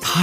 他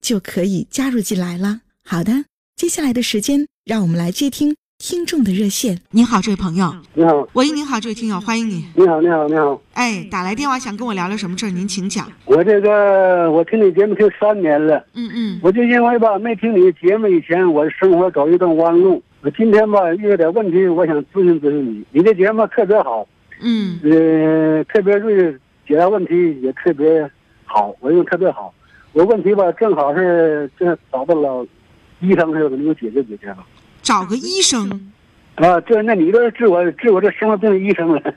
就可以加入进来了。好的，接下来的时间，让我们来接听听众的热线。您好，这位朋友。你好，喂，您好，这位听友，欢迎你。你好，你好，你好。哎，打来电话想跟我聊聊什么事儿？您请讲。我这个我听你节目听三年了，嗯嗯我就因为吧没听你节目以前，我生活走一段弯路。我今天吧遇到点问题，我想咨询咨询你。你这节目特别好，嗯呃，特别对解答问题也特别好，我用特别好。我问题吧正好是这找到了医生，是怎么能解决解决吧？找个医生啊，这那你这是治我治我这生活病的医生了。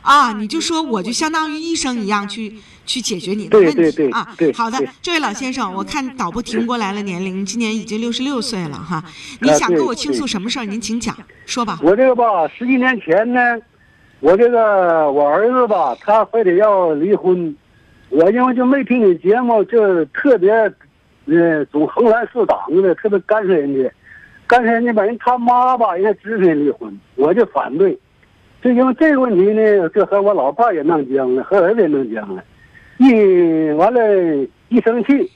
啊，你就说我就相当于医生一样去去解决你的对问题对对啊对。好的对，这位老先生，我看导播提供过来了年龄，今年已经六十六岁了哈。你啊想对跟我倾对诉什么事儿？您请讲，说吧。我这个吧，十几年前呢，我这个我儿子吧，他非得要离婚，我因为就没听你节目，就特别，呃，总横来竖挡的，特别干涉人家，干涉人家吧，人他妈吧，人家支持人离婚，我就反对，就因为这个问题呢，就和我老伴儿也闹僵了，和儿子也闹僵了，一完了，一生气。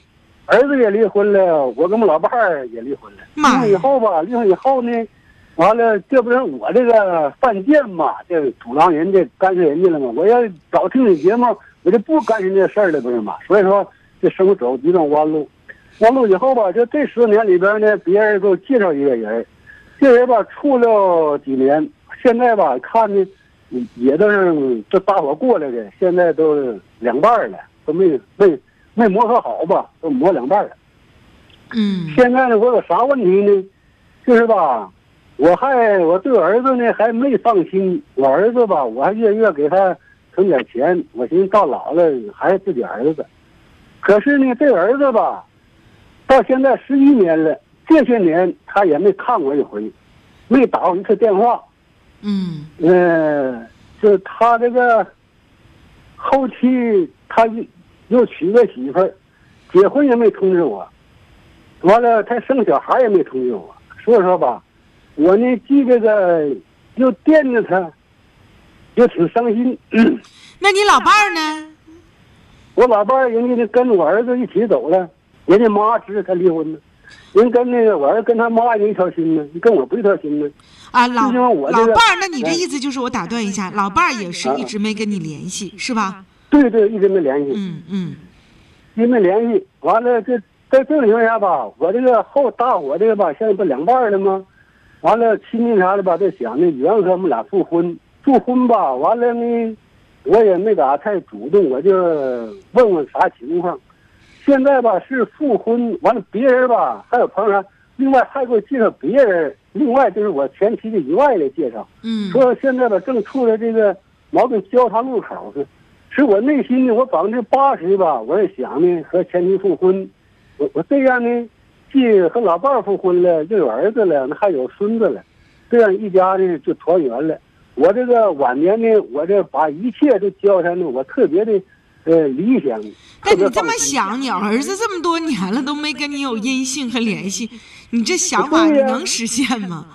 儿子也离婚了，我跟我老伴儿也离婚了。离妈呀婚以后吧，离婚以后呢，完了，这不是我这个犯贱嘛，这阻挠人家、干涉人家了吗？我要早听你节目，我就不干涉这事儿了，不是吗？所以说，这生活走一段弯路，弯路以后吧，就这十年里边呢，别人给我介绍一个人，这人吧处了几年，现在吧看呢，也都是这搭伙过来的，现在都两半儿了，都没没没磨合好吧，都磨两半儿了。嗯现在呢，我有啥问题呢？就是吧，我还我对我儿子呢还没放心。我儿子吧，我还月月给他存点钱，我寻思到老了还是自己儿子。可是呢，这儿子吧，到现在十一年了，这些年他也没看我一回，没打我一次电话。嗯嗯，就是他这个后期他又又娶个媳妇儿，结婚也没通知我，完了他生小孩也没通知我，所以说吧，我呢既这个又惦着他，又挺伤心。 那你老伴儿呢？我老伴儿人家就跟我儿子一起走了，人家妈支持他离婚呢，人跟那个我儿子跟他妈也一条心呢，跟我不一条心呢。啊，老就因为我这老个啊伴儿，那你这意思就是我打断一下，老伴儿也是一直没跟你联系，是吧？对对，一直没联系。嗯嗯因为联系完了，这在这种情况下吧，我这个后大伙这个吧，现在不两半儿了吗？完了，亲戚啥的吧，就想呢，原和我们俩复婚，复婚吧，完了呢，我也没咋太主动，我就问问啥情况。现在吧是复婚，完了别人吧还有朋友啥，另外还给我介绍别人，另外就是我前妻的以外的介绍。嗯。说现在吧，正处在这个矛盾交叉路口上，使我内心呢，我百分之八十吧，我也想呢和前妻复婚，我我这样呢，既和老伴儿复婚了，又有儿子了，那还有孙子了，这样一家呢就团圆了。我这个晚年呢，我这把一切都交上呢，我特别的，呃，理想。 但你特别这放么心想，你儿子这么多年了都没跟你有音信和联系，你这想法你对呀能实现吗？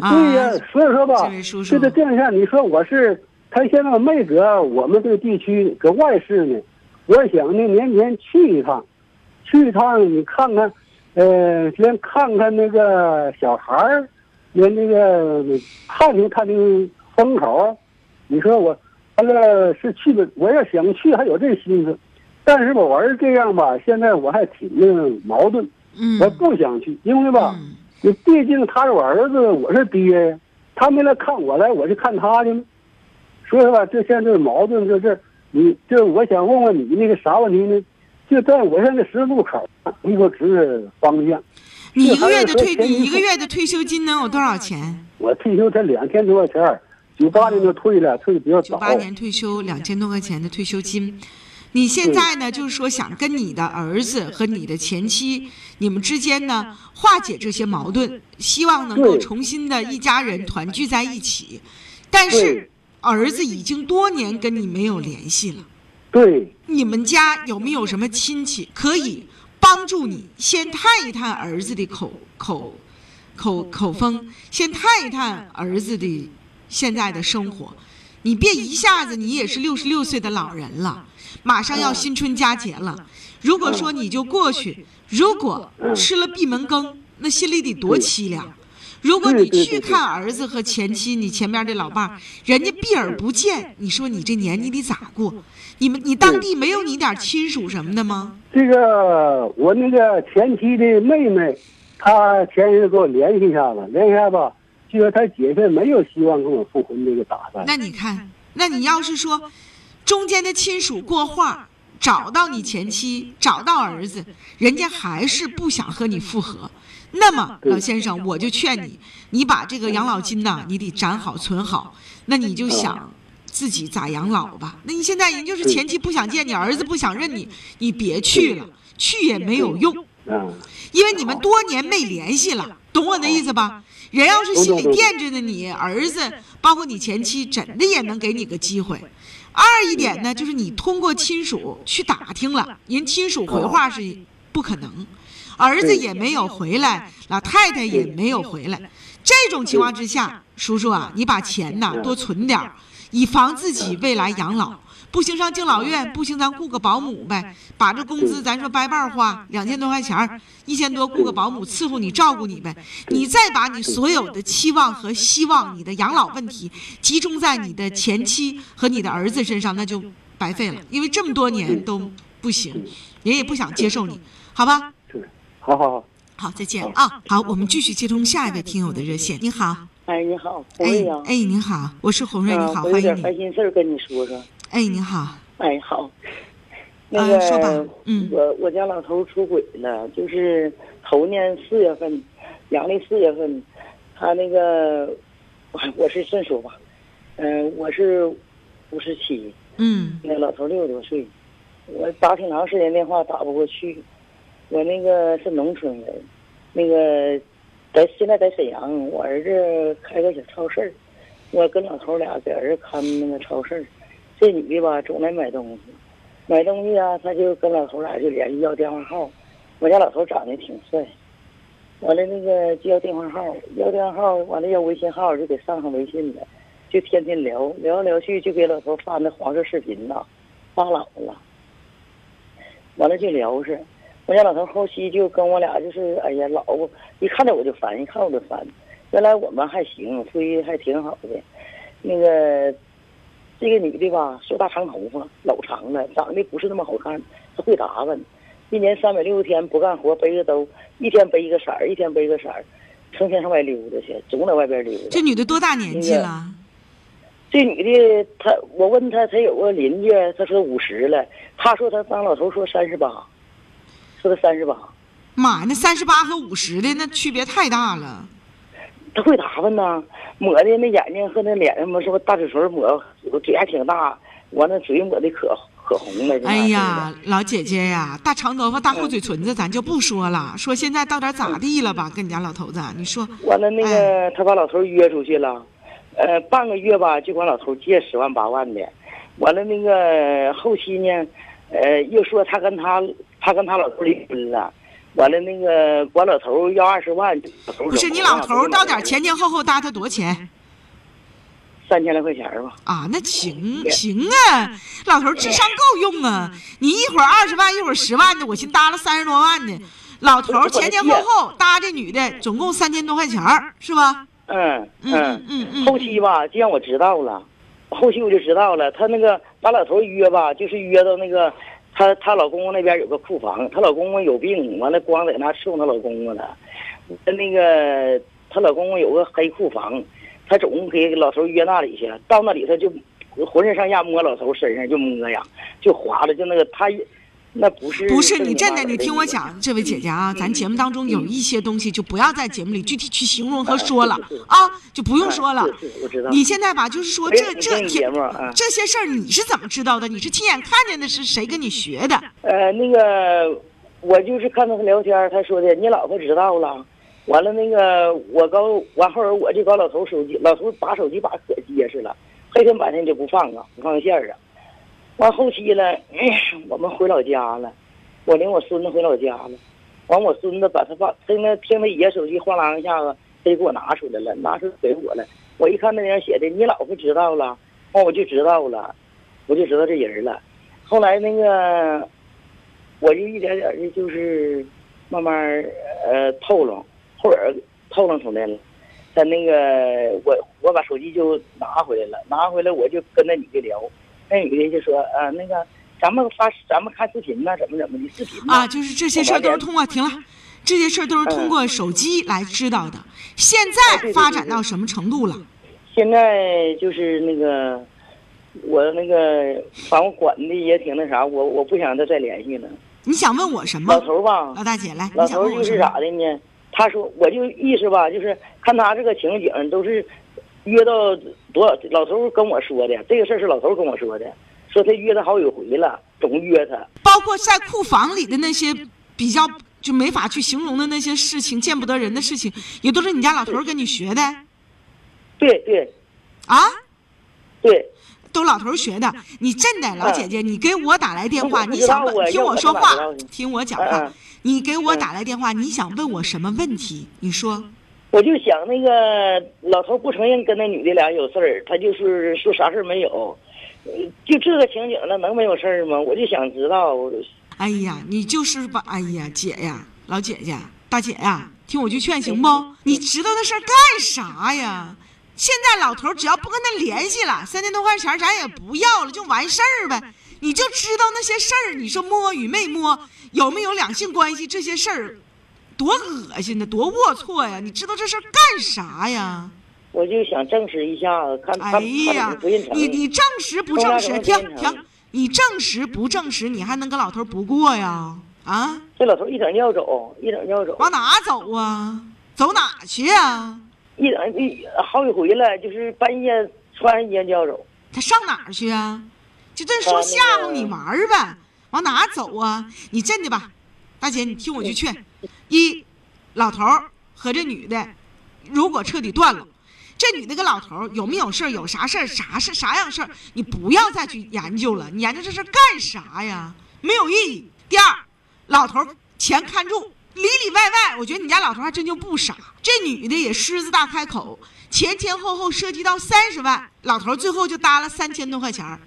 啊对呀、所以说吧这位，叔叔这个定下，你说我是他现在没搁我们这个地区搁外市呢，我想呢年年去一趟，去一趟你看看，呃，先看看那个小孩儿，连那个探听探听风口，你说我完了是去的，我要想去还有这心思，但是吧，我儿子这样吧，现在我还挺那个矛盾。嗯我不想去，因为吧，嗯你毕竟他是我儿子，我是爹呀，他没来看我来，我就看他去了。所以说吧，这现在这矛盾这事儿，你这我想问问你那个啥问题呢？就在我现在十字路口，你给我指指方向。你一个月还的是说退，前你一一个月的退休金能有多少钱？我退休才两千多块钱儿，九八年就退了，退的比较九早。八年退休，两千多块钱的退休金。你现在呢，就是说想跟你的儿子和你的前妻，你们之间呢化解这些矛盾，希望能够对重新的一家人团聚在一起。但是对儿子已经多年跟你没有联系了。对，你们家有没有什么亲戚可以帮助你先探一探儿子的口口口口风，先探一探儿子的现在的生活？你别一下子，你也是六十六岁的老人了，马上要新春佳节了。如果说你就过去，如果吃了闭门羹，那心里得多凄凉。如果你对对去对对看儿子和前妻，你前面这老伴儿，人家避而不见，你说你这年你得咋过？你们你当地没有你点亲属什么的吗？这个我那个前妻的妹妹，她前日给我联系一下子，联系一下吧，就说她姐夫没有希望跟我复婚这个打算。那你看，那你要是说中间的亲属过话，找到你前妻，找到儿子，人家还是不想和你复合，那么对老先生，我就劝你，你把这个养老金呐，你得攒好存好，那你就想。自己咋养老吧？那你现在人就是对前妻不想见你，儿子不想认你，你别去了，去也没有用。嗯，因为你们多年没联系了，懂我的意思吧？人要是心里惦着着你，儿子包括你前妻，真的也能给你个机会。二一点呢，就是你通过亲属去打听了，人亲属回话是不可能，儿子也没有回来，老太太也没有回来。这种情况之下，叔叔啊，你把钱呐多存点儿，以防自己未来养老。不行上敬老院，不行咱雇个保姆呗，把这工资咱说掰半儿花，两千多块钱儿，一千多雇个保姆伺候你照顾你呗。你再把你所有的期望和希望，你的养老问题集中在你的前妻和你的儿子身上，那就白费了，因为这么多年都不行，人也不想接受你，好吧？是，好好好。好，再见啊！好，我们继续接通下一位听友的热线。你好，哎，你好，红哎瑞啊，哎，您好，啊我是红瑞，你嗯，好，我有欢迎点你烦。心事儿跟你说说。哎，你好，哎，好，那嗯个，说吧嗯呃我我家老头出轨了，就是头年四月份，阳历四月份，他那个，我我是这么说吧，嗯、我是五十七，嗯那老头六十多岁，我打挺长时间电话打不过去，我那个是农村人，那个在现在在沈阳，我儿子开个小超市儿我跟老头俩给儿子看那个超市儿这女的吧总来买东西，买东西啊，她就跟老头俩就联系要电话号，我家老头长得挺帅。完了，那个就要电话号，要电话号，完了要微信号，就给上上微信了。就天天聊聊来聊去，就给老头发那黄色视频呐，发老了。完了就聊是，我家老头后期就跟我俩就是，哎呀，老一看着我就烦，一看我就烦。原来我们还行，夫妻还挺好的。那个这个女的吧，说大长头发，老长了，长得不是那么好看，她会打扮。一年三百六十天不干活，背着兜，一天背一个色儿，一天背一个色儿，成天上外溜达去，总在外边溜达。这女的多大年纪了？这女的，她我问她，她有个邻居，她说五十了，她说她当老头说三十八，说她三十八，妈呀，那三十八和五十的那区别太大了。她会打扮呐，抹的那眼睛和那脸上么什么大嘴唇抹，嘴还挺大，完了嘴抹的可可红了。这哎玩意呀儿，老姐姐呀，大长头发、大厚嘴唇子，咱就不说了。说现在到底咋地了吧？跟你家老头子，你说似的，完了那哎个她把老头约出去了，呃，半个月吧就管老头借十万八万的，完了那个后期呢，呃，又说她跟她她跟她老头离婚了。完了，那个管老头要二十万，不不是你老头儿到点儿前前后后搭他多少钱三千来块钱儿吧。啊？那行行啊，老头儿智商够用啊！你一会儿二十万，一会儿十万的，我寻搭了三十多万的。老头儿前前后后搭这女的，总共三千多块钱儿，是吧？嗯嗯嗯嗯后期吧，就让我知道了，后期我就知道了，他那个把老头约吧，就是约到那个她她老公公那边有个库房，她老公公有病，完了光在那伺候她老公公呢。那个她老公公有个黑库房，她总给老头约那里去，到那里她就浑身上下摸老头身上就摸呀，就划着，就那个她那不是不是正你经真的，八百你的听一我个，讲，这位姐姐嗯啊，咱节目当中有一些东西就不要在节目里具体去形容嗯和说了啊，就不用说了啊。是是我知道你现在吧，就是说这我也这听这节目啊这些事儿你是怎么知道的？你是亲眼看见的，是谁跟你学的？呃，那个我就是看到他聊天儿，他说的你老婆知道了。完了，那个我搞完后儿我就搞老头手机，老头把手机把可结实了，黑天白天就不放啊，不放线儿啊。完后期了、嗯我们回老家了，我领我孙子回老家了。完，我孙子把他爸听他听他爷手机哗啦一下子，他就给我拿出来了，拿出来给我了。我一看那上写的，你老婆知道了，完我就知道了，我就知道这人了。后来那个我就一点点的，就是慢慢儿呃透露，后边儿透露出来了。在那个我我把手机就拿回来了，拿回来我就跟那女的聊，那女的就说啊那个咱们发咱们看视频呢，怎么怎么的视频呢啊，就是这些事儿都是通啊过停了，这些事儿都是通嗯过手机来知道哦的。现在发展到什么程度了？现在就是那个，我那个把我管的也挺那啥，我我不想再再联系了。你想问我什么老？头儿吧，老大姐来，老你想头儿问我就什是么？咋的呢？他说我就意思吧，就是看他这个情景都是约到多少，老头儿跟我说的这个事儿是老头儿跟我说的，说他约他好几回了，总约他。包括在库房里的那些比较就没法去形容的那些事情，见不得人的事情，也都是你家老头儿跟你学的对对啊，对，都老头儿学的。你真的老姐姐，你给我打来电话，我不你知道想问哎我听我我说干话嘛知道，听我讲嗯话嗯，你给我打来电话，你想问我什么问题？你说我就想那个老头儿不承认跟那女的俩有事儿，他就是说啥事儿没有，呃就这个情景了，能没有事儿吗？我就想知道，我哎呀，你就是吧，哎呀，姐呀，老姐姐，大姐呀，听我句劝行不嗯？你知道那事儿干啥呀？现在老头儿只要不跟他联系了，三千多块钱儿咱也不要了，就完事儿呗。你就知道那些事儿，你说摸与没摸，有没有两性关系这些事儿，多恶心的，多龌龊呀！你知道这事儿干啥呀？我就想证实一下子，看他哎们呀不认，成。你你证实不证实？不停让他们停，你证实不证实？你还能跟老头儿不过呀？啊？这老头一整就要走，一整就要走，往哪走啊？走哪去啊？一整一好几回了，就是半夜穿上衣就要走。他上哪儿去啊？就这说吓唬你玩儿呗，往哪走啊？你真的吧，大姐，你听我句劝：一，老头儿和这女的，如果彻底断了，这女的跟老头儿有没有事儿，有啥事儿，啥事啥样事儿，你不要再去研究了，你研究这事儿干啥呀？没有意义。第二，老头儿钱看住，里里外外，我觉得你家老头儿还真就不傻。这女的也狮子大开口，前前后后涉及到三十万，老头儿最后就搭了三千多块钱儿，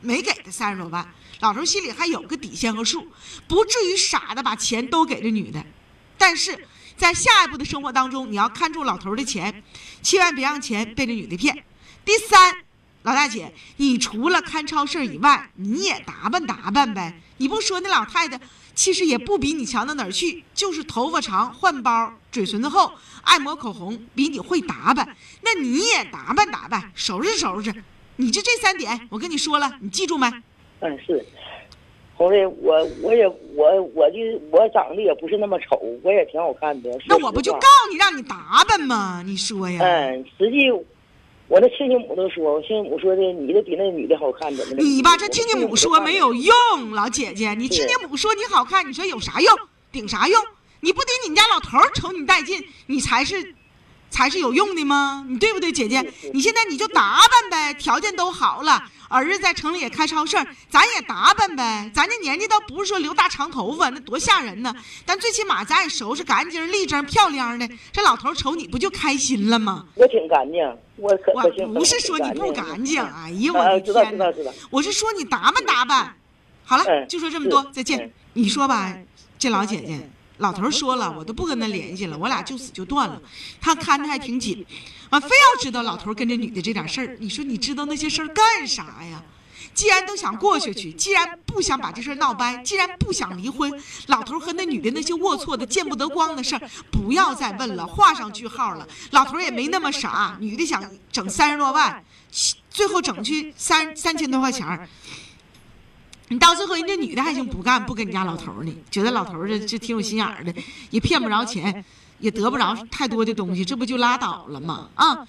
没给他三十多万。老头儿心里还有个底线和数，不至于傻的把钱都给这女的。但是在下一步的生活当中，你要看住老头儿的钱，千万别让钱被这女的骗。第三，老大姐，你除了看超市以外，你也打扮打扮呗。你不说那老太太其实也不比你强到哪儿去，就是头发长、换包、嘴唇子厚、爱抹口红，比你会打扮。那你也打扮打扮，收拾收拾。你就这三点，我跟你说了，你记住没？嗯，是。红瑞，我我也我我就我长得也不是那么丑，我也挺好看的。那说我不实就话告你让你打扮吗？你说呀？嗯，实际我那亲家母都说，我亲家母说的，你的比那女的好看，怎么的？你吧，这听你母说没有用。用，老姐姐，你听你母说你好看，你说有啥用？顶啥用？你不得你们家老头儿瞅你带劲，你才是，才是有用的吗？你对不对，姐姐？你现在你就打扮呗，条件都好了，儿子在城里也开超市儿，咱也打扮呗。咱这年纪倒不是说留大长头发，那多吓人呢。但最起码咱也收拾干净、立正、漂亮的，这老头儿瞅你不就开心了吗？我挺干净，我可我可挺不是说你不干净，哎呀，我啊的知道天知哪道知道！我是说你打扮打扮。好了，嗯就说这么多，是再见嗯。你说吧，这哎老姐姐，老头儿说了，我都不跟他联系了，我俩就此就断了。他看的还挺啊紧，完非要知道老头儿跟这女的这点事儿，你说你知道那些事儿干啥呀？既然都想过去去，既然不想把这事儿闹掰，既然不想离婚，老头儿和那女的那些龌龊的、见不得光的事儿，不要再问了，画上句号了。老头儿也没那么傻，女的想整三十多万，最后整去三三千多块钱儿。你到最后，人家女的还行，不干不跟你家老头儿呢，觉得老头儿这这挺有心眼儿的，也骗不着钱，也得不着太多的东西，这不就拉倒了吗？啊、嗯，